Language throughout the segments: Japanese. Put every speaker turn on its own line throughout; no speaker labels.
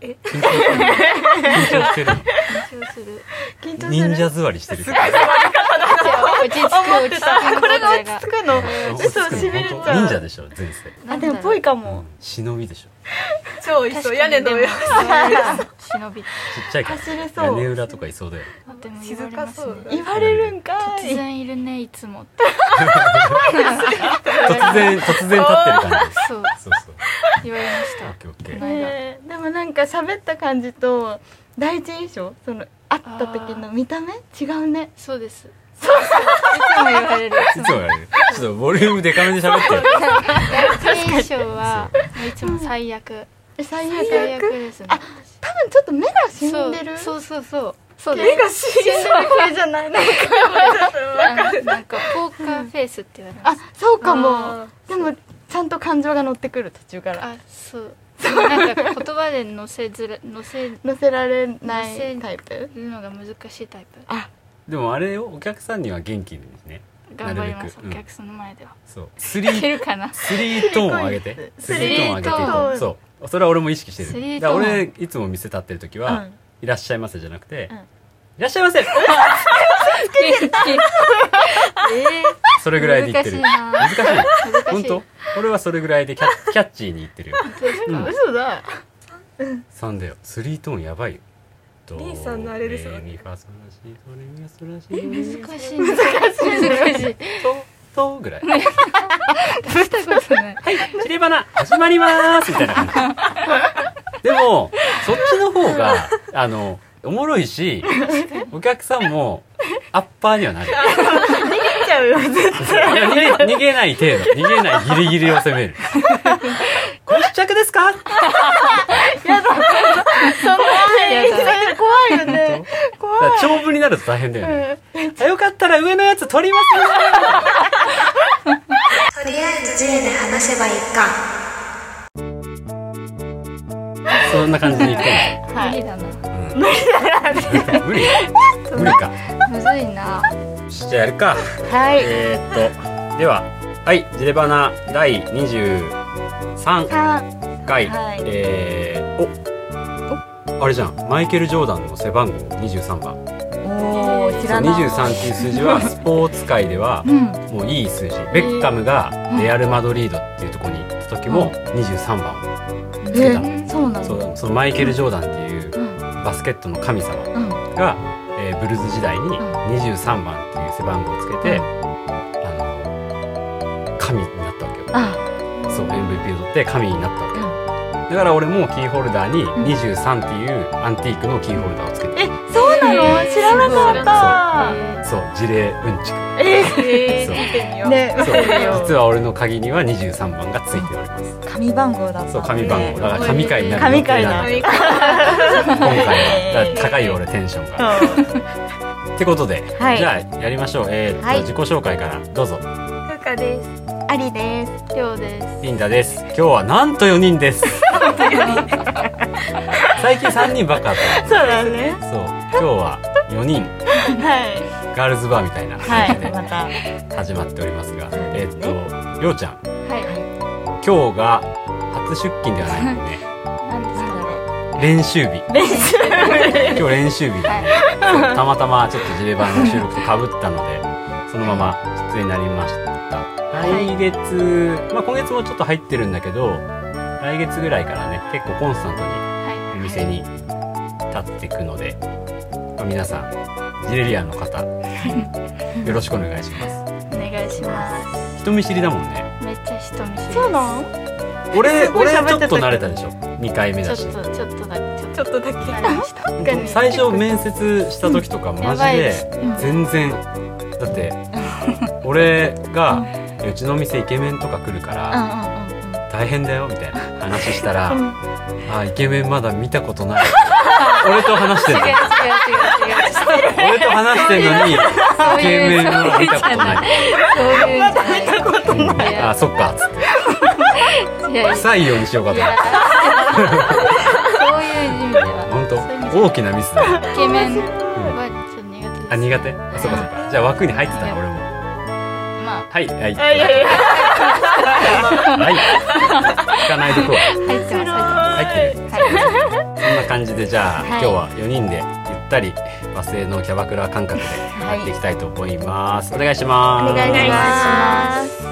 え
緊張してる緊張してる
緊張する
緊張する
忍者座りしてる
落ち着く落ち着く
これが落ち着くの嘘
本当
しびれちゃう
忍者でしょ前世
あでもぽいか
う
も
ん忍びでしょ
超いそう屋根の上
忍び
ちっちゃいから
走れそう
屋根裏とかいそうだよ
でも言
静
われ
か
ます
そう
ね
言われるんか
突
い
然いるねいつもって
突然突然立ってる感じです
そう
そうそう
言われまし
オ
た
ッケーオッケー
前だ
ねえでもなんか喋った感じと第一印象その会った時の見た目違うね
そうですそういつも言われる
いつもやるちょっとボリュームでかめで喋ってる
第一印象はもういつも最悪
え最悪
最悪ですね
あ多分ちょっと目が死ん
そう
でる
そうそうそうそうで
目が
死んでる
死
系じゃないなんか
すなんかポーカーフェイスって言われま
あ
す
そうか
あ
もでもちゃんと感情が乗ってくる途中から
あそうなんか言葉で乗せずら乗せる
乗せられない
乗せ
タイプ
のが難しいタイプ
でもあれをお客さんには元気にね
頑張ります
なるべくうん
お客さんの前では
そうスリ
いけ
ー
るかな
スリートーンを上げてス
スリ
リートーンを
ー
上げ
トーン
ていこうそうそれは俺も意識して
スリー
る
トー
だ
ン
から俺いつも店立ってる時
う
は
ん
「いらっしゃいませ」じゃなくて「
うん
いらっしゃいませ」それぐらいで言ってる難
難
しい
難しい
本 当俺はそれぐらい でキャッキャッチーに言ってるようん
嘘だ
3だよスリートーンやばいよド
リーさんのあれですよね
レミファソラシドレミファソラシドレミファ
難しい難しい難しい
ソトぐらい
出したことない
はい、チレバナ始まりますみたいな感 じ。でも、そっちの方が、あの、おもろいし、お客さんも、アッパーには なる。
見ちゃうよ
いや逃げ逃げない程度、逃げないギリギリを攻 める。ご試着ですか
やだ
怖いよね
だ
怖
か
い
ら長文になると大変だよね。
うん
あよかったら上のやつ取りますね
とりあえず J で話せばいいか
そんな感じに行くん
無理だな
だよ無理無理か。
むずいな
じゃあやるか。
はい
えー、っと、では、はい、ジレバナ第23
三
回、
はい
えー、おあれじゃんマイケル・ジョーダンの背番号23番
おお知
そう
らない
23っていう数字 はスポーツ界では
うん
もういい数字ベッカムがレアル・マドリードっていうところに行った時も23番つけたの、
えそうなの
そうそのマイケル・ジョーダンっていう
うん
バスケットの神様
うん
が、えーブルーズ時代に23番っていう背番号をつけて、
うん
あの神になったわけよ
あ
そう MVP を取って神になったわけ、だから俺もキーホルダーに23っていうアンティークのキーホルダーをつけて
えそうな
え
の
ー
知らなかっ
そう事例うんちく
え
え
そう
ー、見てみよ
た
う、
ね
そう実は俺の鍵には23番がついております
紙番号だったんで
そう神番号だから神回になる
神回
な
だ
んだ
神
今
回
回はだから高いよ俺テンションが、ってことで、
はい
じゃあやりましょうえーっと、
はい
自己紹介からどうぞ
ふうかです
ありです
りょうです
リンダです今日はなんと4人です最近3人ばっかだった
そうだね
そう今日は4人
は
ガールズバーみたい ない
は
感じ
い
で
また
始まっておりますが、えーっとりょうちゃん
は
今日が初出勤ではないもんね
いなんですかね
練習日
練習
今日練習日で、
はい
たまたまちょっとジレバンの収録とかぶったのでそのまま出演になりました来月、まあ今月もちょっと入ってるんだけど来月ぐらいからね結構コンスタントに
はい
お店に立っていくので、まあ皆さんジレリアンの方よろしくお願いします
お願いしま
人見知りだもんね
すめっちゃ人見知りです
そうなん
俺
すごい
俺
喋っ
ち
てたけ
ょ
ど
っと慣れたでしょ2回目
ちょ
だ
っ
し
とちょっとだけちょっ
ちょっとだけ
と慣れました
確かに
最初面接した時とかマジ
やばいで
です全然だって俺が「うちの店イケメンとか来るから大変だよ」みたいな話したら
うん
「あーイケメンまだ見たことない」俺と話してるの
違う違う違う違う
俺と話してるのにイ
そう
ケ
い
メ
う
ンまだ見たことない
そういうんじゃない
ことない
い
あー
や
そっかっつって
いやいや
臭いようにしようか
い
と思っ
や
て
そういう意味で は
本
そういう意味
当大きなミスだよ
イケメンはちょっと苦手です
あ苦手あそっかそっかじゃあ枠に入ってたね俺も
ま
はいはい
あいやいや
はい聞かないでこう
あ入ってます
入ってるそんなな感じでじゃあ、
はい
今日は4人でゆったりバスへのキャバクラ感覚でやっていきたいと思います。お願いします。
お願いします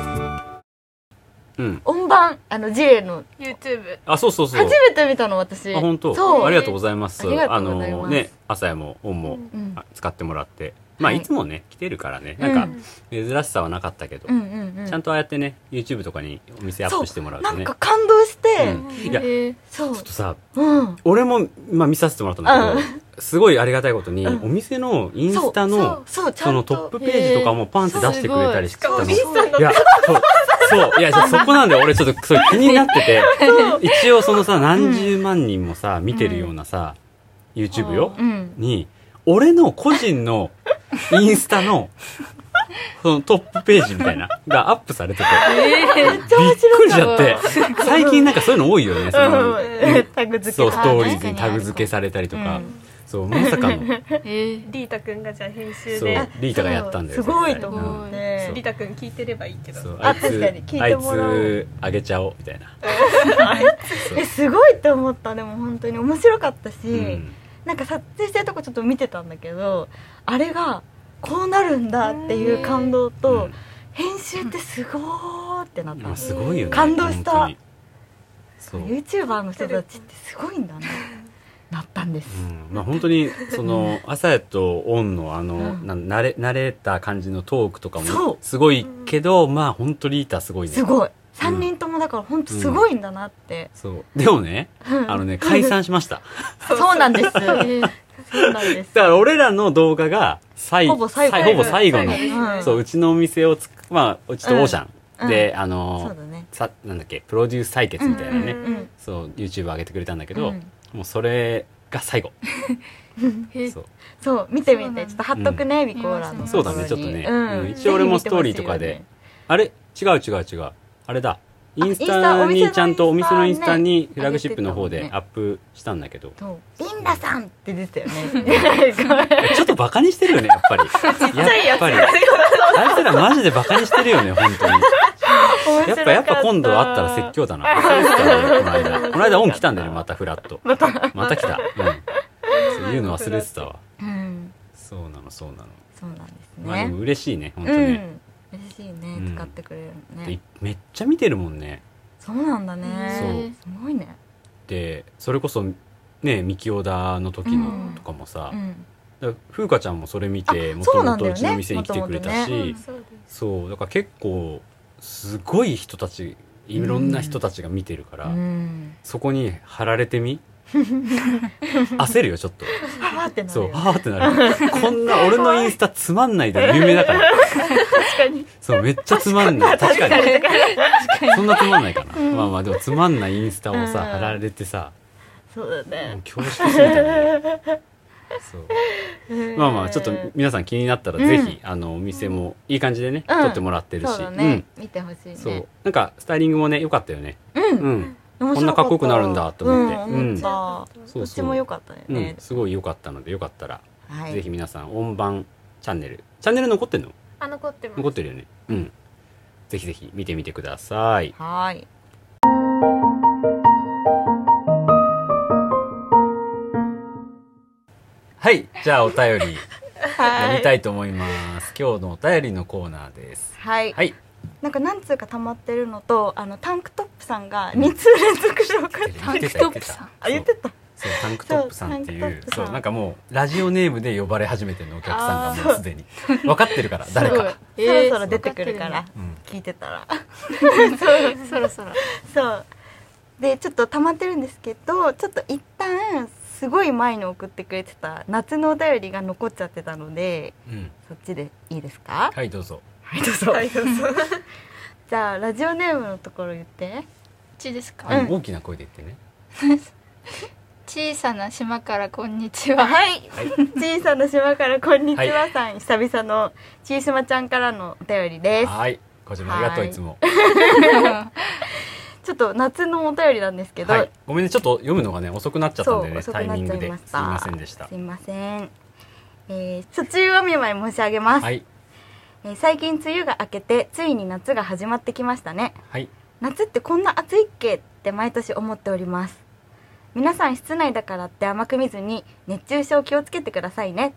うん。
音版あのジレの
YouTube
あ、そうそうそう。
初めて見たの私
あ、本
そ
当。
う
ありがとうございます。
ありがとうございます
あのね、朝やも音も
うん
あ使ってもらって、まあ
はい
いつもね来てるからね、
うん
なんか珍しさはなかったけど
う、んうんうん
ちゃんとああやってね、YouTube とかにお店アップしてもらう
な
と
ん
ね
か。感動して、
うんいや、ちょ
えー
そう
っとさ、
うん
俺もまあ見させてもらったんだけど、すごいありがたいことにお
うん
店のインスタ
そ
の
うそうちゃ
そ
ん
の
と
トップページとかもパンって出してくれたりしてた
そ
の。
う
い
リンさんの
や、そう、そう、いや、じゃあそこなんだよ。俺ちょっとそれ気になってて、一応そのさ、何十万人もさ、見てるようなさ、YouTube よ
う、ん
に、俺の個人のインスタの、そのトップページみたいな、がアップされてて、びっ
え
くりしちゃって、最近なんかそういうの多いよね、その、
うんタグ付け
そう、
が
ストーリーズにタグ付けされたりとか、
うん
そう、まさか の、
ー、え
リータくんがじゃあ編集
そう
で、
リータがやったんだよ。
そうすごいと
絶対
思っ
うん
リ
て
ータくん聞いてればいいけど
そうあ
あ
いつ
確かに聞い
あ
て
い
もらおう
つあげちゃおうみたいな
えすごいって思ったでも本当に面白かったし、
うん
なんか撮影してるとこちょっと見てたんだけどあれがこうなるんだっていう感動と、編集ってすごーってなっ
うん
た、
まあすごいよね
感動した
本当にそう、うん
YouTuber の人たちってすごいんだななったんです、
まあ本当にその朝やとオンのあの、
うん
な慣れ慣れた感じのトークとか
そう
もすごいけどまあ本当リータすごいね
すごい3人ともだから本当すごいんだなって、
そうでもねあ のね解散しました
そうなんです
ー、
そうなんです
だから俺らの動画が最
ほぼ最後
最ほぼ最後の
です
うん
そううちのお店をつくまあうちとオーシャン、
うん
で、あ
そ
の
うだね
さなんだっけプロデュース採決みたいなね、
うんうんうん
そう YouTube 上げてくれたんだけど、
うん
もうそれが最 後
えー
そう
そう見て
そう
み
なんだ
てちょっと貼っとくね、ビコーラ
う
の
ん
そうだね
ところに
ちょっとね
うん
うん一応俺もストーリーとかであれ違う違う違うあれだインスタ
イン
に
スタ
ちゃんとお
お
店
店
の
の
イン
イン
ス
ス
タ
タね
にフラグシップの方でアップしたんだけど
そうリンダさんって出てた よね
ちょっとバカにしてるよねやっ ぱりやっぱりあいつらマジでバカにしてるよね本当にやっぱやっぱ今度会ったら説教だな忘れてたねこの間この間オン来たんだよねまたフラットまたまた来た うんそう言うの忘れてたわ
うん
そうなのそうなの、
そうなんです
まあで
ね
も嬉しいね本当
う
ね、
ん嬉しいね、
うん
使ってくれるの
で
ね
めっちゃ見てるもんね
そうなんだね
そう
すごいね
でそれこそねミキオダの時
う
の
ん
とかもさ、
うん
だから風花ちゃんもそれ見て
あ
も
そ
と
うな
も
んだ
と
よ
う
ね
ちの店に来てくれたし
元
そう,、
々ね
そうです
だから結構すごい人たちいろんな人たちが見てるから、
うん
そこに貼られて み焦るよちょっと
はあってなる
そ
よ
う
ね
はあってなるこんな俺のインスタつまんないで有名だから
確かに
そうめっちゃつまんない確かにそんなつまんないかな、まあまあでもつまんないインスタをさ、
うん
貼られてさ
そうだ
もう
ね
恐縮すぎたねそうまあまあちょっと皆さん気になったらぜひ、あのお店もいい感じでね、
うん
撮ってもらってるし
そうだね、見てほしい
うん
ね
そうなんかスタイリングもね良かったよね
うん
うん、
面白
こんなかっこよくなるんだと思って
うん
うん
思った
そうそう
どっちも良かったよ
うん
ね
すごい良かったのでよかったら、
はい
ぜひ皆さん音版チャンネルチャンネル残ってんの
あ残ってます
残ってるよねうんぜひぜひ見てみてください
はーい
はいじゃあお便り
は
やりたいと思います、今日のお便りのコーナーです
はい
はい
なんか何通か溜まってるのとあのタンクトップさんが2通連続紹介
タンクトップさん
あ言ってた
そうタンクトップさんってい
そうタン
う
クトップ
そ
さん
うなんかもうラジオネームで呼ばれ始めてるのお客さんがもうすでに分かってるから誰か、
すごい
そろ
えー
そろ出てくるから
うん、
聞いてたら
そろそろ
そうでちょっと溜まってるんですけどちょっと一旦すごい前に送ってくれてた夏のお便りが残っちゃってたので
うん、
そっちでいいですか
はいどうぞ
はいどうぞ
はいどうぞ
じゃあラジオネームのところ言って
うちですか、
あの
うん
大きな声で言ってね
小さな島からこんにちは
はい
はい
小さな島からこんにち
は
はさん、久々のちいすまちゃんからのお便りです
はいこちらもありがとう
はい
いつも
ちょっと夏のお便りなんですけど、
はいごめんねちょっと読むのがね遅くなっちゃったんでね
そう
タイミングです
遅くなっちゃいまし
すいませ
た
んでした
すいません、えー、初中お見舞い申し上げます、
はい
えー最近梅雨が明けてついに夏が始まってきましたね
はい
夏ってこんな暑いっけって毎年思っております皆さん室内だからって甘く見ずに熱中症気をつけてくださいね、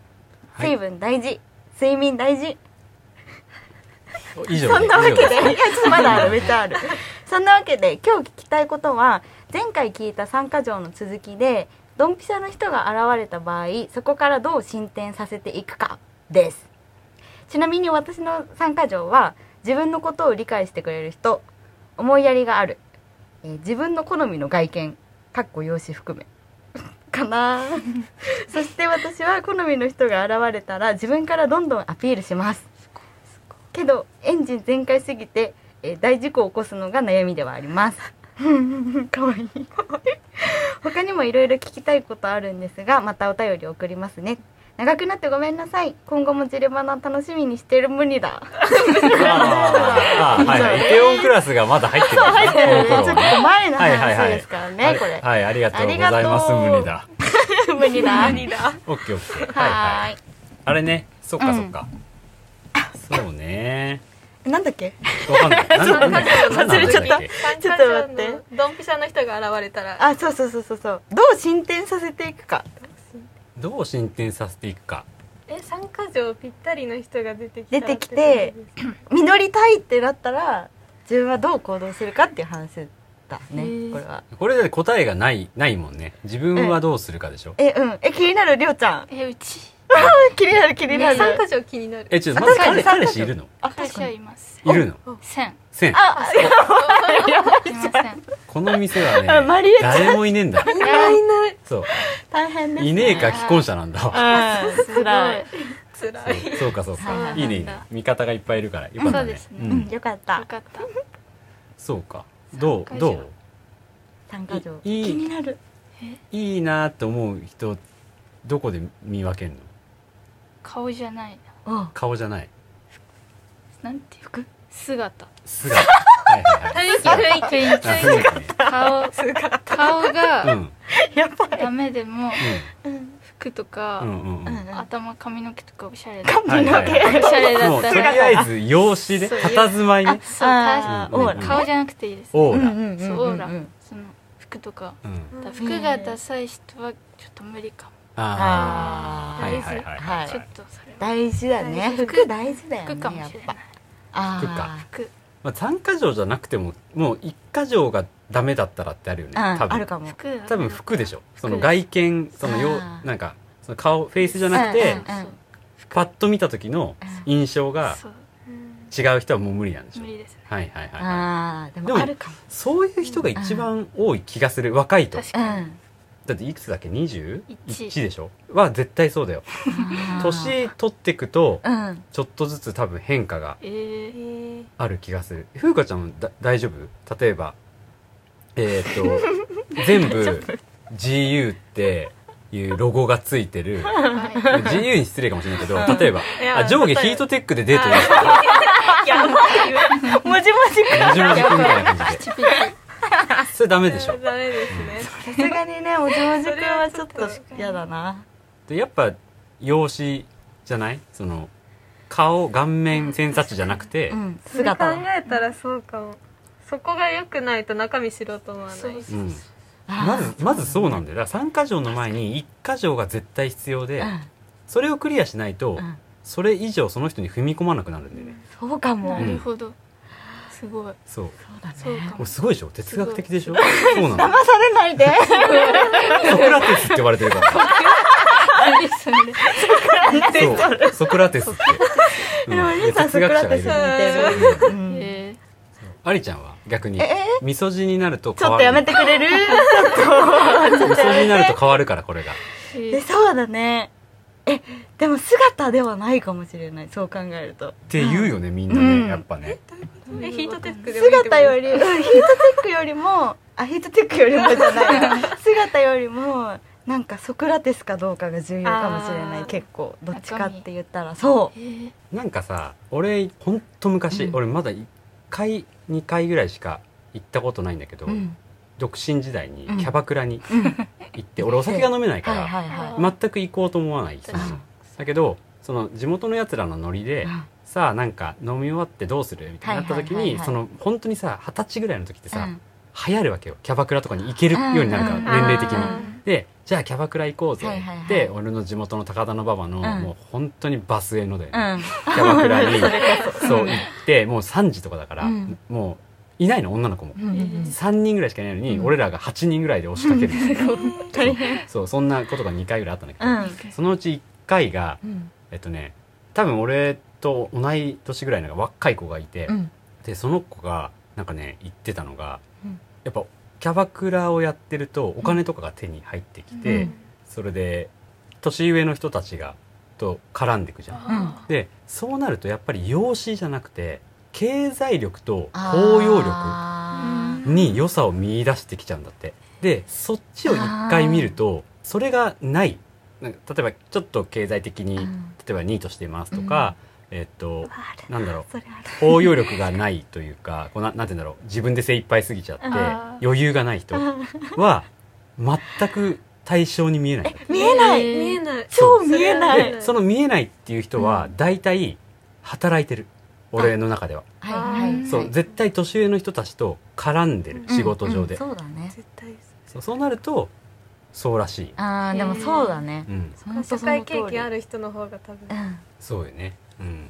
はい
水分大事睡眠大事
以上
そんなわけで、い
以上
や、ちょっとまだある、めっち ゃある。そんなわけで、今日聞きたいことは、前回聞いた3か条の続きで、ドンピシャの人が現れた場合、そこからどう進展させていくか、です。ちなみに私の3か条は、自分のことを理解してくれる人、思いやりがある、えー自分の好みの外見、かっこ容姿含め。かなあそして私は好みの人が現れたら自分からどんどんアピールしますけどエンジン全開すぎて、えー大事故を起こすのが悩みではあります かわいい 他にもいろいろ聞きたいことあるんですがまたお便り送りますね長くなってごめんなさい今後もジレバナ楽しみにしてる無理
あ
だ
ーあーはいはいイテオンクラスがまだ入ってるんですねこ
ち
の頃は
ょっと
ね
前の
はいはいは
話
い
ですからね、
はい
これ、
はいありがとうございます
ありがとう
無理だ
無理だ
何だ
オッケーオッケー
はーい。
あれねそっか
うん
そっか、そうね
なんだっけ
わかん ないなんなんだっけ
忘れちゃった
なんだけ
ちょっと待って
参加者のドンピシャの人が現れたら
あそうそうそうそうそうどう進展させていくか
どう進展させていくか
え三か条ぴったりの人が出てきた
出てきて実りたいってなったら自分はどう行動するかっていう話だ
へ
ね
ー
これは
これで答えがないないもんね自分はどうするかでしょ、
えうんえ気になるりょうちゃん
え、うち、
気になる気にな
ね
る、
三か条気になる
えちょっと待って
あ確か
彼
に
彼氏いるの
あ
会
確か
社
に
います。
いるの
千。
せん
あ
いません。
この店は
あマリエ
ね
ちゃん
誰もいねえんだ
いないいない
そ
大変で
う
すね
いねえか既婚者なんだわ
うんつらい、
辛い
そうそうかそう
そう
か
なんだ
いいねいいね味方がいっぱいいるからよかった
そう
ね
です
う
ね
うん、
ん
よかっ
よ
た
かった。
そうかどう
参加者
どう
参加条
いいい
気になる
いいなと思う人どこで見分けんの
顔じゃない
お
顔じゃない
な。なんていうか姿。
姿はいはいはい
雰囲気
雰囲気
あ雰囲気ね
顔、顔
うんう
が
ん
やばい
ダメでも、服と
う
か、
んうんうん
頭、髪の毛とかおしゃれだ。お
はいはいはい
しゃれだ
も
っ
うと
た
り
ら。
あえず容姿で
そう
佇まい
あ
ね、
そう、
あ
ーオー
確
ラ
かに。顔じゃなくていいです。
オ
う
ー
んう
ラ、
んうんうん
そう、オーラ
うん。
その、服とか。
うん
うん
服がダサい人はちょっと無理かも。
ああ
あ
は
ー
いはいはいはい、
ちょっとそれは。
大事だね
大事
服大事だよね
服かも
やっ
しれな
ぱ
い。
服か
あ
服。
まあ、3か条じゃなくてももう1か条がダメだったらってあるよね、
ー
多
うん
分
あるかも
服だな
多分服でしょその
服
外見そのよ
あー
なんかその顔フェイスじゃなくて、
うんうん
そう
パッと見た時の印象が
そう
うん
違う人はもう無理なんでしょ
無理ですね
はいはいはいはい
あー
で
でも
も
あるかも
そういう人が一番多い気がする若いと
確かに
だっていくつだっけ21
一
でしょは絶対そうだよ
うん
年取ってくと
うん
ちょっとずつ多分変化が
え
え
ー
ー
ある気がする風花ちゃんだ大丈夫例えばえっ、と全部 GU っていうロゴがついてる
はい
GU に失礼かもしれないけど
うん
例えば
いや
あ上下
例えば
ヒートテックでデートでした
やばいよ
もじもじく
同じ文字くんみたいな感じで
ピチピチ
それダメでしょ
ダメです
さ
ね
すがにね、おじもじくんはちょっと嫌だな。
でやっぱ容姿じゃないその顔顔面偏差値じゃなくて、
うん、
それ考
姿は。
えたらそうかもそこが良くないと中身しろと思わない
そう
う
そうんそ
まずまずそうなんだよだから3箇条の前に1箇条が絶対必要で
うん、
それをクリアしないと、
うん
それ以上その人に踏み込まなくなるんだよね、
そうか
う
も。
なるほどすごい
そう
そうだ
そう
ね。
か
も
も
うすごいでしょ哲学的でしょそうなの
騙されないで。
ソクラテスって呼ばれてるから
何それ
そうソクラテスって、うん
でもお兄さん、ソ
哲
ク
学者
ラ
が
テ
い
ス
る
に似てる。うん
え
ありちゃんは逆に
ええ
みそじになると
ちょっ
わ
とや
る
めてくれる
みそじになると変わるからこれが
ー
え、そうだね。え、でも姿ではないかもしれない。そう考えると。
って言うよねみんなね、
うん
やっぱね
えヒートテックでもいいってこと
姿より、うんヒートテックよりも、あ、ヒートテックよりもじゃない な。姿よりも、なんかソクラテスかどうかが重要かもしれな
あ
い。
ー
結構、どっちかって言ったら、そう。
えー
なんかさ俺ほんと昔、
うん
俺まだ1回2回ぐらいしか行ったことないんだけど、
うん
独身時代にキ
うん
ャバクラに
うんはい
行って、俺お酒が飲めないから、
はいは
全く行こうと思わないその
うん
だけどその地元のやつらのノリで、
い。
さあなんか飲み終わってどうするみたいになった時に、
はいはいはいはい
その本当にさ二十歳ぐらいの時ってさ、
うん
流行るわけよキャバクラとかに行けるようになるから
うん
年齢的
あ
に
ー。
でじゃあキャバクラ行こうぜ
はいはいはい
で俺の地元の高田馬場の
うん
もう本当にバスへので、
うん
キャバクラに
それ
そう行ってもう3時とかだから、
うん
もういないの女の子も。
うんうん
3人ぐらいしかいないのに、
うん
俺らが8人ぐらいで押しかける
大変
そうそんなことが2回ぐらいあったんだけ
う
ど、
ん
そのうち1回が
うん
えっとね多分俺と同い年ぐらいの若い子がいて、
うん
でその子がなんかね言ってたのが、
うん
やっぱキャバクラをやってるとお金とかが手に入ってきて、
うん
それで年上の人たちがと絡んでくじゃん。
あ
でそうなるとやっぱり容姿じゃなくて経済力と 包容力
あ
ー
に良さを見出してきちゃうんだってでそっちを一回見るとそれがないなんか例えばちょっと経済的に、
ー
例えばニートしてますとか、えっと
あ
なんだろう
それある
包容力がないというかこうななんて言うんだろう自分で精一杯すぎちゃって
あー
余裕がない人は全く対象に見えないんだって
見えない
えー
見えない
超
そう
見えな
はいい
でその見えないっていう人は大体働いてる俺の中では
はいはい
そう絶対年上の人たちと絡んでる
うん
仕事上で
うんそうだね
絶対
そうそうなるとそうらしい、
あーでもそうだね
うん、
ほんと
社
その通
会
り
経験ある人の方が多 分
そうよね、うん、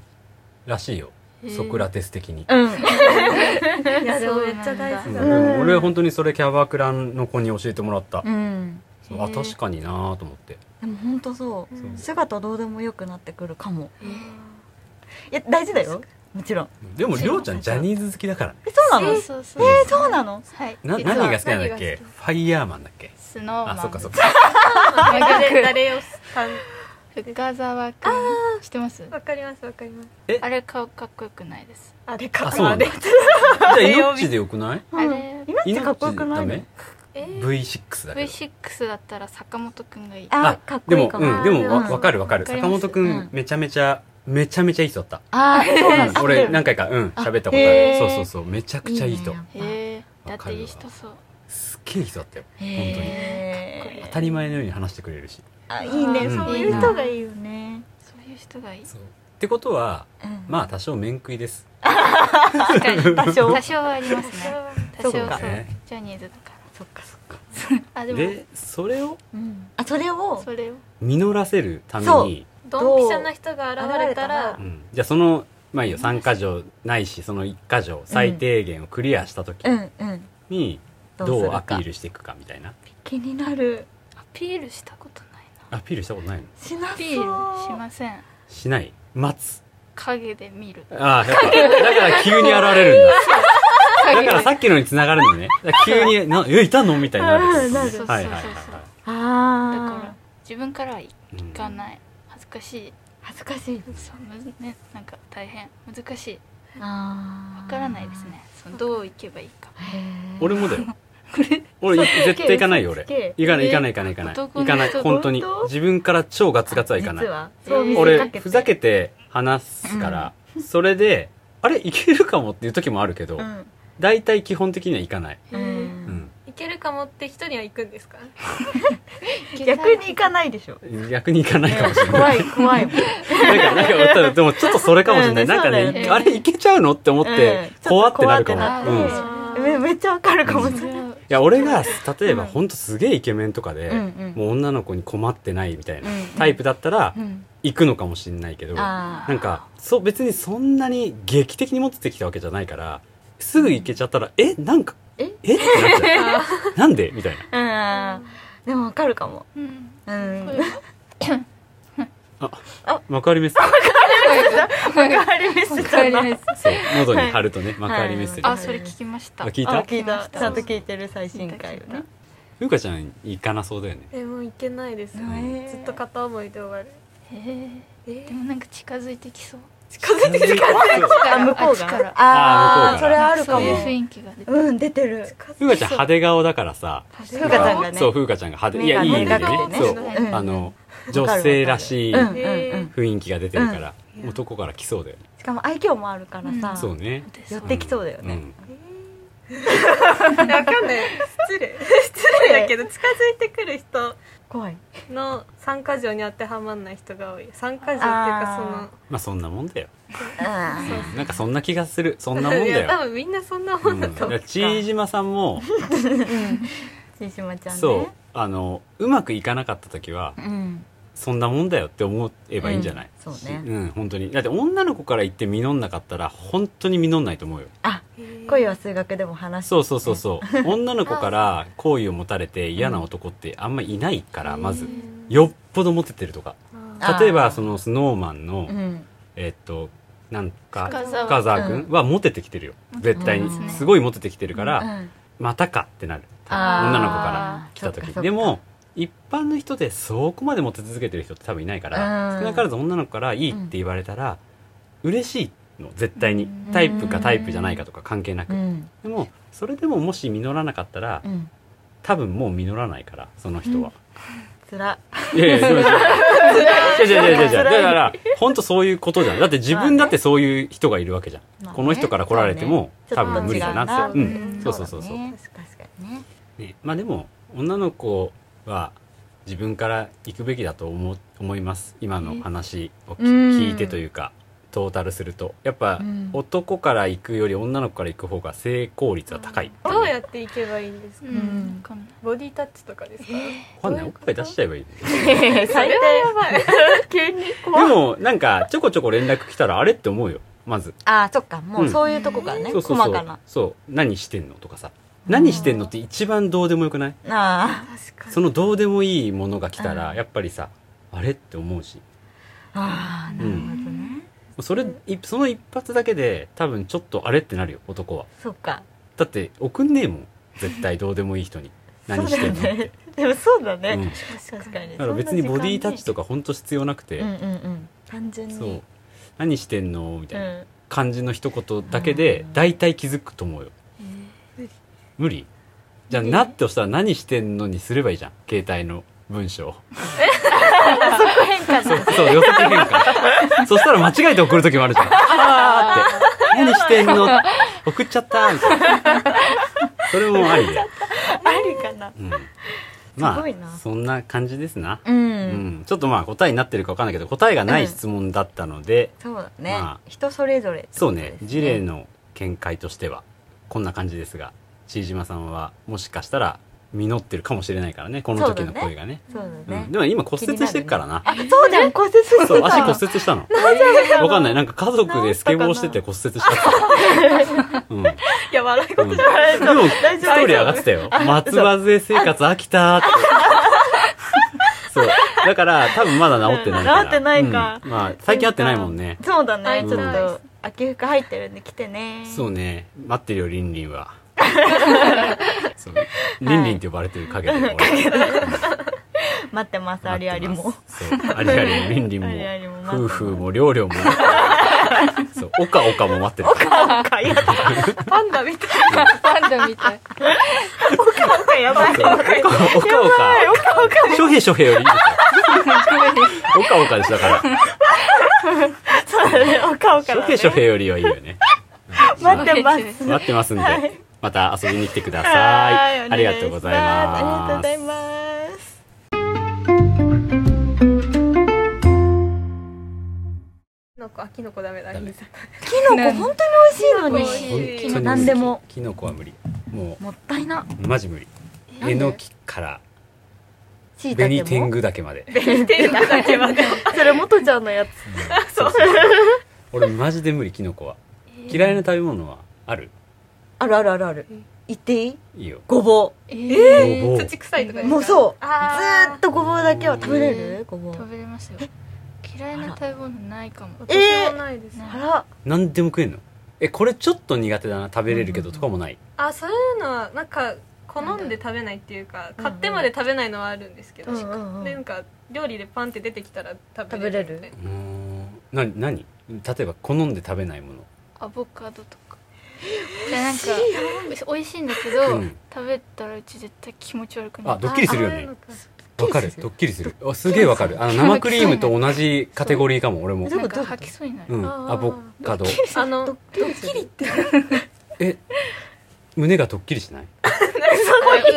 らしいよ
へー
ソクラテス的に、
うんうん
いやでもめっちゃ大
う
事
ん
だ
で
な
も俺は本当にそれキャバクラの子に教えてもらった、
うん
そうあ確かになーと思って
でも本当そう
そう
姿どうでもよくなってくるかもいや大事だよもちろん
でもりょうちゃんジャニーズ好きだからね
えそうなの
そ
え
うそうそう。え
そうなの
はい。
な
実は
何が好きなんだっ
何が
け
好き
ファイヤーマンだっけ
スノーマン。
あそっかそっ。か
誰誰をさん
深沢くん。知ってます
わかりますわかります
あれ顔かっこよくないです。
あれか
あそうな
あ
んだ
れ
じゃあ命でよくない
あれ、
今ってかっこよくな
命
いの
ダ
え
メ
ー
V6 だけど
V6 だったら坂本くんがいい。
あかっこいいか
でも、う
も
ん、
あ
で
ー
もわ
うん
わかるわかる
わかり
坂
ま
本
す
くん、
うん
めちゃめちゃめちゃめちゃいい人だった
あーそうな
うん
の
俺
あ
何回かうん
あ
喋ったことある
へー
そうそうそうめちゃくちゃいい人
いいね
へえ。だ
わ
っ
かるわ
ていい人そう。
すっげえいい人だったよ本当に
へ
かっこ
当
ー
たり前のように話してくれるし
あいいね
うん
そういう人がいいよね
そういう人がいい。
ってことは
うん
まあ多少面食いです
確かに。
多少
多少はありますね。多少
そう
そ
か
う。ジャニーズだか。
そっかそっから
あ、でも、
でそれを
うんあそれを
それを。
実らせるため
そう
に、
ドンピシャな人が現れた
現
ら
うんじゃあそのまあいいよ3か条ないしその1か条最低限をクリアした時
うんうん
に
どうす
ど
る
う
か
アピールしていくかみたいな
気になる
アピールしたことないな。
アピールしたことないの
しな
ア
そう
ピールしません。
しない待つ
影で見る。
ああ、やっぱ、だから急に現れるんだ。だからさっきのに繋がるのね。だから急に、 な、え、いたのみたいになる。
うんなる
そうそうそうそう
はいはいはいはい。
だ
ああ
から、自分からはいう行
ん
かない。恥ずかしい。
恥ずかしい
そう、むずね、なんか大変。難しい。
ああ
わからないですね。そのどう行けばいいか。
俺もだよ。俺、絶対行かないよ、俺
嘘つけ。
行かない、
え
行かない、行かない、行かない。
男の人
行かない、本当に
本当。
自分から超ガツガツは行かない
実。は
そう見
俺、ふざけて話すから、それで、あれ、行けるかもっていう時もあるけど
う、ん
大体基本的には行かない。
う
うん
うん
ん。
いけるかもって人には行くんですか
逆に行かないでしょ
逆に行かないかもしれない。
怖い怖いもん
なんか、なんか、多分でもちょっとそれかもしれな
う
い。
ん
なんか
そう
だよ
ね、
ね
あれいけちゃうのって思っ
うん
て、怖ってなるか
ちょっと
も。う
怖っ
ん。
て
い
なってめめっちゃわかるかもし
そ
れない
れは
や、俺が、例えば
うん
ほんとすげえイケメンとかで
うんうん、
もう女の子に困ってないみたいな
うんうん
タイプだったら
う、ん
行くのかもしれないけど、な
あ
んか、そう、別にそんなに劇的に持ってきたわけじゃないから、すぐ行けちゃったら、え、なんか、
え
えってなっちゃう。なんでみたいな。
あうんでもわかるかも
うん。
うん
これは
幕張メッセ。
わかりま
わ
した
かります
そう、喉に貼るとね、幕張メッセで
あ、。それ聞きました。
あ聞い
あ
た
聞いたちゃんと聞い
た。
てる最新回をね
ふうかちゃん行かなそうだよね。
えもう行けないです、
ね
ずっと片思いで終わる
へえ
え
でもなんか近づいてきそう。
近づいてきて
あ向こう
あっち
が
から
あー
あ
向こうが
ーそれあるか
そういう
も
雰囲気が出て。
うん出てる
ふうかちゃん派手顔だからさ、
ふうかちゃんがね
そう、ふうかちゃんが派手。いや、いい意
目
味で
が
ね
目。
そ
が
う
ね。
うん
あの、女性らしい
うんうん
雰
うん
囲気が出てるから、男から来そうだよね。
しかも愛嬌もあるからさ、
うん
そうね。
です
寄ってきそうだよね、
ん。
わかんない失礼失礼だけど近づいてくる人
怖い
の参加条に当てはまんない人が多い参加条っていう
あ
か
まあそんなもんだよ、
うん
うんなんかそんな気がするそん
そ
な
の
もん
い
だ
や多
よ、
分みんなそんなも
うん
だ
ん、だ
と
か
思う、
らちいじまさんも
千島ちゃんね
そうあのうまくいかなかった時は
うん
そんなもんだよって思えばいいんじゃない、
うんそうね
うん本当にだって女の子から言って実んなかったら本当に実んないと思うよ
あ
へー
恋は数学でも話
そうそうそう そう女の子から好意を持たれて嫌な男ってあんまいないからまずよっぽどモテてるとか
あ
あー
例えばそのスノーマンの、
うん
えっとなんか
深澤
深澤君はモテてきてるよ絶対に
うん
すごいモテてきてるか
う
ら
ん
またかってなる
あー
女の子から来た
そっかそ
時
っか
でも一般の人でそこまでモテ続けてる人って多分いないから
うん
少なからず女の子からいいって言われたら嬉しいの絶対に
うん
タイプかタイプじゃないかとか関係な
う
く
ん
でもそれでももし実らなかったら
うん
多分もう実らないからその人は。
つら
いやいや、そうですよ。いやいやいやいやだから、本当そういうことじゃん。だって自分だってそういう人がいるわけじゃん。
まあね
この人から来られても、
そ
多
うね
分無理だなって。
ち
う。
ょ
っと違うなん
そうそうそうそう、
だね確かにね
ねまあでも、女の子は自分から行くべきだと思う思います。今の話をき
うん
聞いてというか、トータルすると。やっぱ、
うん
男から行くより女の子から行く方が成功率は高い。
どうやっていけばいいんですか、
うんん、わかんない。
ボディタッチとか ですか、
わかんない。おっぱい出しちゃえばいいね。
最低
やばい急に
でも、なんか、ちょこちょこ連絡来たら、あれって思うよ。まず。
あーそっかもううんそういうとこがね
そう
細
そうそう
かな
そう何してんのとかさ何してんのって一番どうでもよくない
あ
確かに
そのどうでもいいものが来た
う
ら
ん
やっぱりさあれって思うし
ーあーなるほどね
それいその一発だけで多分ちょっとあれってなるよ男は
そっか
だって送んねえもん絶対どうでもいい人に何してんのっ
そうだ
て
ねでもそうだ
うん
ね
だ
確かに
から別にボディータッチとか本当必要なくて、
うんうんうん単純に
そう何してんのみた
う
いなん感じの一言だけで
うん
大体気づくと思うよ無理じゃあ「な」って押したら「何してんの」にすればいいじゃん携帯の文 章
変化
そうそう予測変換そしたら間違えて送る時もあるじゃん「あー」って「何してんの」送っちゃったみたいなそれもありで、
ありかな
うん、ます
ごいな
あそんな感じですな、
う
うん
ん
ちょっとまあ答えになってるかわかんないけど答えがない質問だったので、
そうだね
まあ
人それぞれって
そ
こ
う
とです
ね事例の見解としてはこんな感じですがちいじまさんはもしかしたら実ってるかもしれないからねこの時の声がね
そうだ
う
ね
ん、でも今骨折してるからな
あそうじゃん骨折してた
そう足骨折したのわかんないなんか家族でスケボーしてて骨折したってうん、うん、で
いや笑い事
も
じゃない、
一人上がってたよ松葉杖生活飽きたーってそうだから多分まだ治ってないから
治ってないか
うんまあ最近会ってないもんね
そうだ
会
ね
い
ち
た
ょ
い
っと秋服入ってるんで来てね
そう ね待ってるよリンリンはそうリンリンって呼ばれてる影で俺
待ってますありあり
待っ
も
てますそうありありもリンリン
ありありも待って
も
ます
夫婦も両両も待ってるそうオカオカも待ってる
パンダみたい
パンダみたい。
やばい
そうオカオカオカ翔平翔平よりい いですよオカオカでしたから
そうだねお顔か
翔
ら
平
ね
翔平よりはいいよね
待ってます
待ってますんで
はい
また遊びに来てくだ
は
さい
いお願いします
ありがとうございます
ありがとうございます
なの子あきのこダメだ
ダメ
いいじゃん
キノコ本当に美味しいの
美
に
味しい
本当に
何でも
キノコは無理も
もったいな
うマジ無理
で
えのきから
しいた
紅
け
天
も
狗だけまで
それ元ちゃんのや つ
そう俺マジで無理キノコは嫌いな食べ物はある
あるあるあるある言っていい
いいよ
ごぼ
え
ごぼう
土臭いとかです
う
か
もうそうず
あー
ーっとごぼうだけは食べれ
う
るごぼ
食
う
べれますよ。嫌いな食べ物ないかも。
えー
私はないです、
な
あら
何でも食えんのえこれちょっと苦手だな食べれるけどとかもない
あそういうのはなんか好んで食べないっていうか
うん
買ってまで食べないのはあるんですけど、
うんうんうん
でなんか料理でパンって出てきたら食べ
食べ
れる
れる
うーんな何例えば好んで食べないもの
アボカドとか。じゃなんか美味しいんだけど、
うん
食べたらうち絶対気持ち悪くな
あ
る。
ドッキリするよ
あそうい
ね
うのか
わかるドッキリするあすげえわかるあの生クリームと同じカテゴリーかも俺も
そう
なんか吐きそうにな
う
る。
んアボカド
あのドッキリって
え胸がドッキリしない
すごい。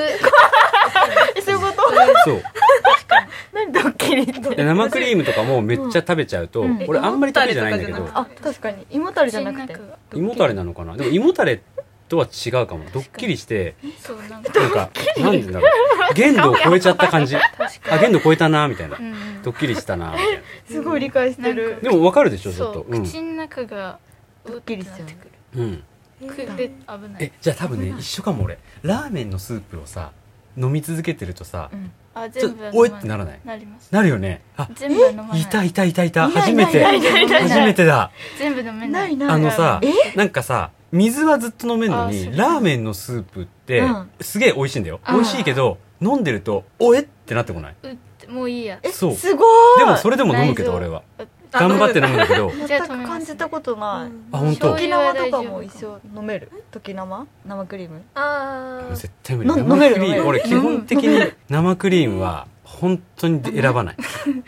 えそういうこ
そう
何キリッと
で生クリームとかもめっちゃ食べちゃうと、
うん
俺あんまり得意じゃないんだけ
え
ど
芋
あ確かに胃もたれじゃなくて
口の中が
胃もたれなのかなでも胃もたれとは違うかもドッキリして
そうなんか
なんかなんて言うんだろう限度を超えちゃった感じ
確か
あ限度超えたなみたいな
に、うん
ドッキリしたなみたい
すごい理解して
なん
る
か
なでもわかるでしょち
そ
ょっと
う、
うん
口の中が
ドッキリしちゃう
うってなって
うん
くるくで危ない
えじゃあ多分ね一緒かも俺ラーメンのスープをさ飲み続けてるとさ
うん
あ
ちょ
全
っ
部は
とおえ
飲
っ
ま
てならない
なります
なるよねあ
全部は飲まない
いた
い
いたいたいた
いない
初めて
ないない
ない
初めてだ
全部飲めな
ないいない
あのさ
え
なんかさ水はずっと飲めるの
あそ
に
う
ラーメンのスープって
うん
すげえ美味しいんだよ
あー
美味しいけど飲んでるとおえってなってこないう
ってもういいや
え
そう
すごい
でもそれでも飲むけど
内臓
俺は
あ
頑張って飲むんだけど
じゃ
全
あ
く
止めます
感じたことない
あ本当
醤
沖
油
縄
は
と
大丈夫
かも一緒飲める時生生クリーム
あ
絶対無理
飲
生
飲める
クリー
飲め
ム
る
俺基本的に生クリームは本当に選ばない
本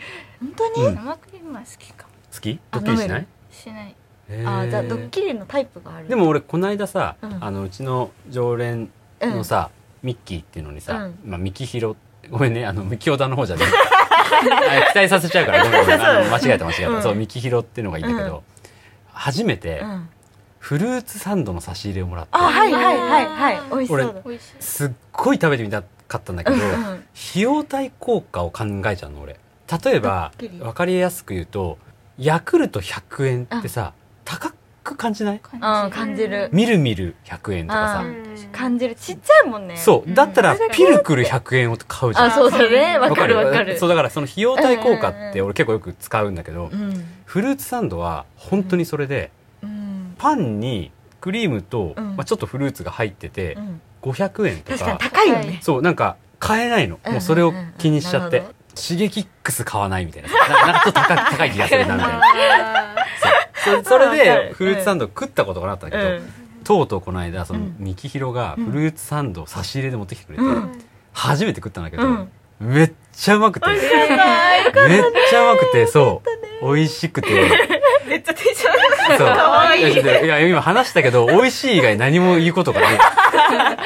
当に、
うん
生クリームは好きかも
好きド
あ
ッキリしない
しない
へ
あ
ー
じゃあドッキリのタイプがある
でも俺この間さ、
うん
あのうちの常連
うん
のさ、ミッキーっていうのにさ、
うん
まあ、ミキヒロごめんねあのミキオダの方じゃね あ期待させちゃうからご めんごめんあの間違えた間違えた、
うん
そうミキヒロっていうのがいいんだけど、
う
初めて
うん、
フルーツサンドの差し入れをもらって
あはいはいはいはい美味しそうだ
美味しい
すっごい食べてみたかったんだけど、
うんうん
費用対効果を考えちゃうの俺例えば
ドッキリ
分かりやすく言うとヤクルト100円ってさ、高く感じない
うん
感じ
感じる
みるみる100円とかさ、
う
ー
ん
うん
感じるちっちゃいもんね
そうう。
ん
だったら
それ、が
ピルクル100円を買うじゃん。
あそうだねわかるわか
え
る
そう、だからその費用対効果
うん
っ
うん
て
うん
俺結構よく使うんだけど
う、ん
フルーツサンドは本当にそれで、
うん
パンにクリームと、
うん
まあちょっとフルーツが入ってて
う、ん
500円と
確かに
か、
高いよね
そう、なんか買えないの。
うんうん
も
う
うんそれを気にしちゃっ
な
て
るほ。
シゲキックス買わないみたいな。ななんかちょっと高い高い気がする な、みたいな。
あ
そそれ
わか
で、
る
フルーツサンド食ったことがなかったん
う
だけど、
ん
とうとうこの間、そうの
ん、
ミキヒロがフルーツサンドを差し入れで持ってきてくれて、
うん
ー
初めて食ったんだけど、
うん
めっちゃうまくて、 めっちゃうまくて、そう、美味しくて、
めっちゃテンション
そう。
可愛い
いやいや、今話したけど、美味しい以外何も言うことが ない。だか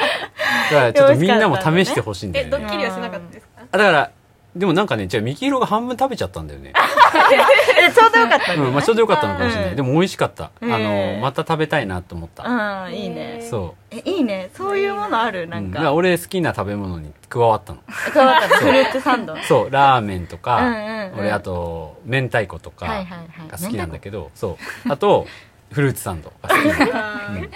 ら、ちょっとみんなも試してほしいんだ
えド
よ
ッ
ね。
キリはしなかったですか
あだから、でもなんかね、じゃあ、ミキヒロが半分食べちゃったんだよね。
えちょうどよかった
うん、まあ、ちょうどよかったのかもしれな
う
い。
ん
でも、美味しかった。あ
うん
の、また食べたいなと思った。
うんいいね
そ
えいいねそういうものある
う。
な
うん
ん
だから
か
俺好きな食べ物に加わったの。
変わったフルーツサンドはい
そう、ラーメンと
う
か
んうん、うん
俺あと、明太子とか、
はいはい
が好きなんだけど、そう。あと、 フルーツサンドが好き。うん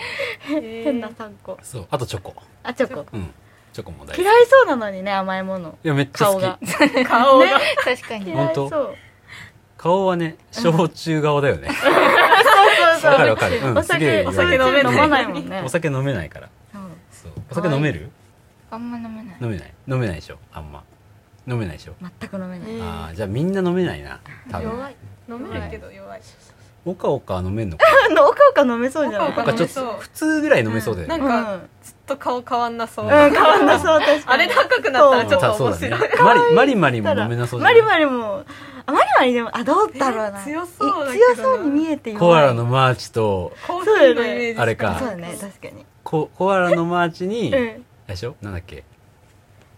変な参考
そう。あとチョコ。
あチョコ
うん。チョコも大好き。
嫌
い
いそうなのにね甘いもの
や、めっちゃ好
顔
き。
が
顔が確かに
嫌いそ
本
う
当
そう
顔はね、焼酎顔だよね。
そうそう
わかるわかる。うん、
お
すげえ
酒
よ
お
く
酒
言わ
飲
れ
め
る
飲まないもんね
お酒飲めないから。
うん
そう。お酒飲める
あんま飲めない
飲めない。飲めないでしょ。あんま。飲めないでしょ。
全く飲めない
ああ、じゃあみんな飲めないな。多分。
弱い飲めないけど弱い
おかおかは飲めんのか。
のおかおか飲めそうじゃない
お
な
か
ん
お
か
か
ちょっ
飲め
と、
そう
普通ぐらい飲めそうだよ
なん
ね。
かずっと顔変わんなそう
うん、うん、変わんなそう確か
あ
に
れ高くなったらちょっと
そう
面
だね
白い。
マリ、マリマリも
ただ
飲めなそうじゃな
マ
い
リマリもあマリマリでもあどうだろうな
え強そうだけ
い
どな
強そうに見えて弱い
コアラのマーチと、
コーヒーのイメージ
あれか
そうだね確かに
ココアラのマーチに、あ
うん
れでしょなんだっけ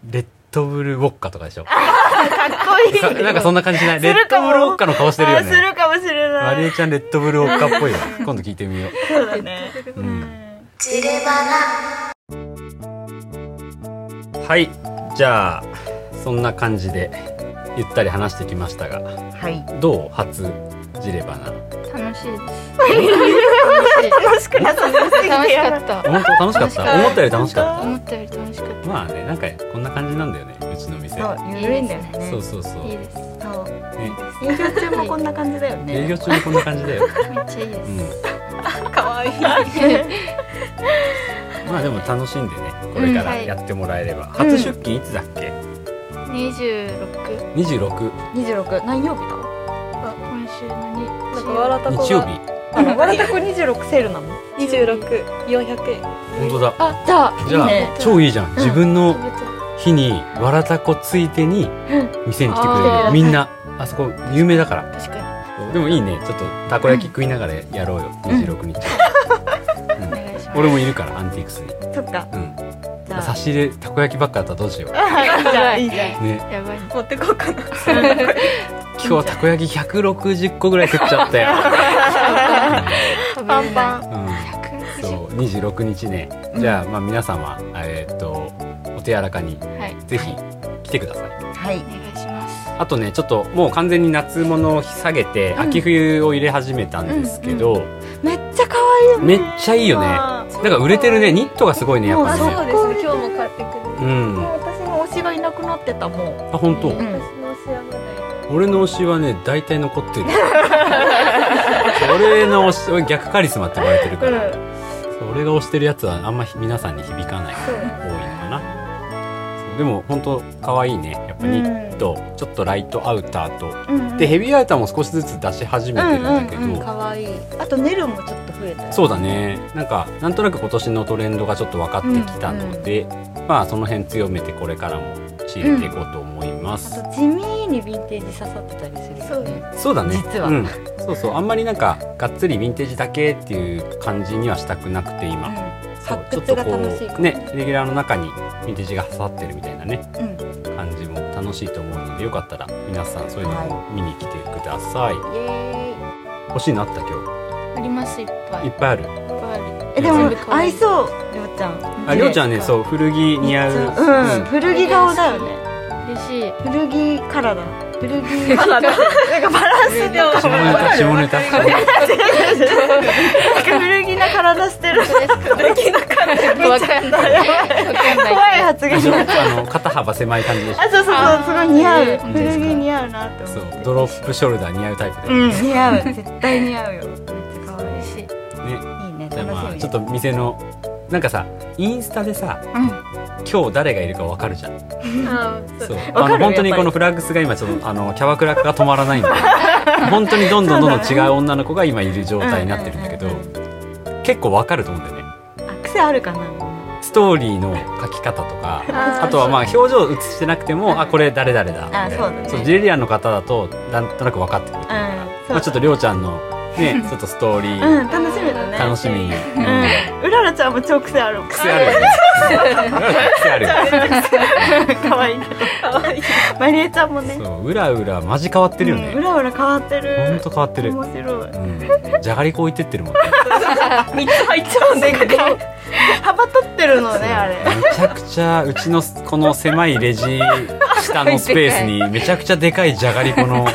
レッドブルウォッカとかでしょ
かっこい
か
い
なんかそんな感じしない
す
レッ
る
ド
か
ブ
も
ルウォッカの顔してるよ
あす
ね
るかもしれ
マ
な
リ
い
エちゃんレッドブルウォッカっぽいわ今度聞いてみよう、
そうだね
う、
うんん
ジレバナ
はいじゃあそんな感じでゆったり話してきましたが
はい
どう初ジレバナ
楽しいです
楽しくなさそうすぎ
楽
て
し
や
か
ばい
った
本当楽しかっ
楽しかった
た思ったより楽しかっ
思ったより楽しかった
まあねなんかこんな感じなんだよねうちの店
そう緩いんだよね
そうそうそう
たいいですめ
そう
ね
営業中もこんな感じだよ
営
ね
業中もこんな感じだよ、
っちゃいいで
う
す
ん、
可愛い
まあでも楽しんでねこれからやってもらえれば、初出勤いつだっけ
二十六
26
26何曜日だ
は今週の
なん
日
かわらたこが
日曜日
あらわらたこ26セールなの
二十六四百円
本当だ
あじゃあ
じゃあ
いいね
超いいじゃん自分の
食べた
日にわらたこついてに店に来てくれ
あ
る
ー
みんなあそこ有名だから
確か
でもいいねちょっとたこ焼き食いながらやろうよ26日、
にお願いします
俺もいるからアンティークスに
そっか
うん
じじゃあ
差し入れたこ焼きばっかだったらどうし よう
ばい
いいじゃん
ね
やばい
持ってこうかな
今日たこ焼き160個ぐらい食っちゃった よ、
食べ
パ
れ
ンパ
ない
ン
う
160
ん、そう26日ねじゃあ,、まあ皆様えーっとお手柔らかに
はい
ぜひ来てください
はい
お願いします
あとねちょっともう完全に夏物を下げて
ん
秋冬を入れ始めたんですけど、
めっちゃ可愛い
めっちゃいいよね
あ
なんか売れてるねニットがすごいねやっぱ
あ
ね
そうですね今日も買ってくれて
うんあ
もう私の推しがいなくなってたもん
本当、
ん
私の推しはまだ
俺の推しはね大体残ってる俺の推し俺逆カリスマって言われてるから、そう俺が推してるやつはあんまひ皆さんに響かない
そう
多いのかなそうでも本当可愛いねやっぱニット、ちょっとライトアウターと
うん
でヘビーアウターも少しずつ出し始めてるんだけど、
うんうんうん、可愛いあとネルもちょっと増えたよ
そうだねなんかなんとなく今年のトレンドがちょっと分かってきたので、まあその辺強めてこれからも仕入れていこうと思いま
あ
す、
と地味にヴィンテージ刺さってたりする
そ
よ
う
ね
そうだね
実は
うん、そうそうあんまりなんかがっつりヴィンテージだけっていう感じにはしたくなくて今、
うん
そう
発掘が楽しいかも
ねレギュラーの中にヴィンテージが刺さってるみたいなね
うん
感じも楽しいと思うのでよかったら皆さんそういうのも見に来てください、
イエーイ
欲しいのあった今
ありますいっぱ
日
い
い
い
っ
っ
ぱいある
ぱいある
えでも
全部可
合
愛
い
い
そうりょうちゃん
ありょうちゃんね
う
そう古着似合う、
うん、
うん
古着顔だよね
嬉しい
古着からだ古着
ま だなんかバランス で
下ネタ下ネタ下ネタ
なんか古着な体してる
わかんないわかんない
怖い発言
非常
あ
にあ の肩幅狭い感じでしょ
そうそうそうすごい似合う
あ
ー
古着似合うなって
そ
思って
うドロップショルダー似合うタイプで、
う
ね
ん似合う絶対似合うよめっちゃ可愛い
嬉しい
いいね
じゃあまあ
楽し
ちょ
み
っと店のなんかさインスタでさ、今日誰がいるかわかるじゃん
あー
そう
わ
あ
か
の
る
本当に
やっぱり
このフラッグスが今ちょっとあのキャバクラが止まらないんで 本当にどんどんどんどん違う女の子が今いる状態になってるんだけど
うんうんうん
結構わかると思うんだよね
あ癖あるかな
ストーリーの書き方とか
あー
あとはまあ表情映してなくてもあこれ誰々だみた
あ
い
そう
な
だね
ジェレリアンの方だとなんとなく分かってくる
うんそう
まあちょっとりょうちゃんのねちょっとストーリ
う
ー
ん楽しみだね
楽しみに、
うんうららちゃんも超癖あ るもん
癖あるよね癖あるよね
可愛いけどマリエちゃんもね
そううらうらマジ変わってるよ
うん
ね、
うらうら変わってる
ほんと変わってる、
面白い
うん、じゃがりこ置いてってるもんね
三つ入っちゃうんで
幅取ってるのねあれ
めちゃくちゃうちのこの狭いレジ下のスペース にめちゃくちゃでかいじゃがりこのなんか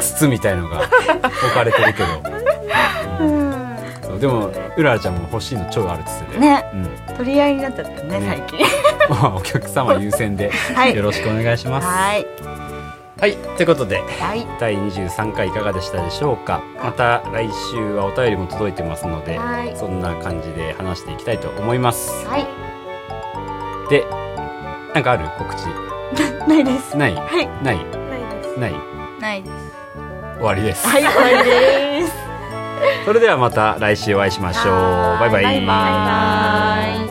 筒みたいのが置かれてるけど、うんそうでもうららちゃんも欲しいの超あるっつってて、
ね
うん、
取り合いになっちゃったよね
ね
最近
まあお客様優先で
はい
よろしくお願いします。はい、
はい
ということで
はい
第23回いかがでしたでしょうかまた来週はお便りも届いてますので
はい
そんな感じで話していきたいと思います。
はい
でなんかある告知
ないです
ない
はい
ない
ないです
ない
ないです
終わりです、
はい終わりです
それではまた来週お会いしましょうバイバイ
バイバイ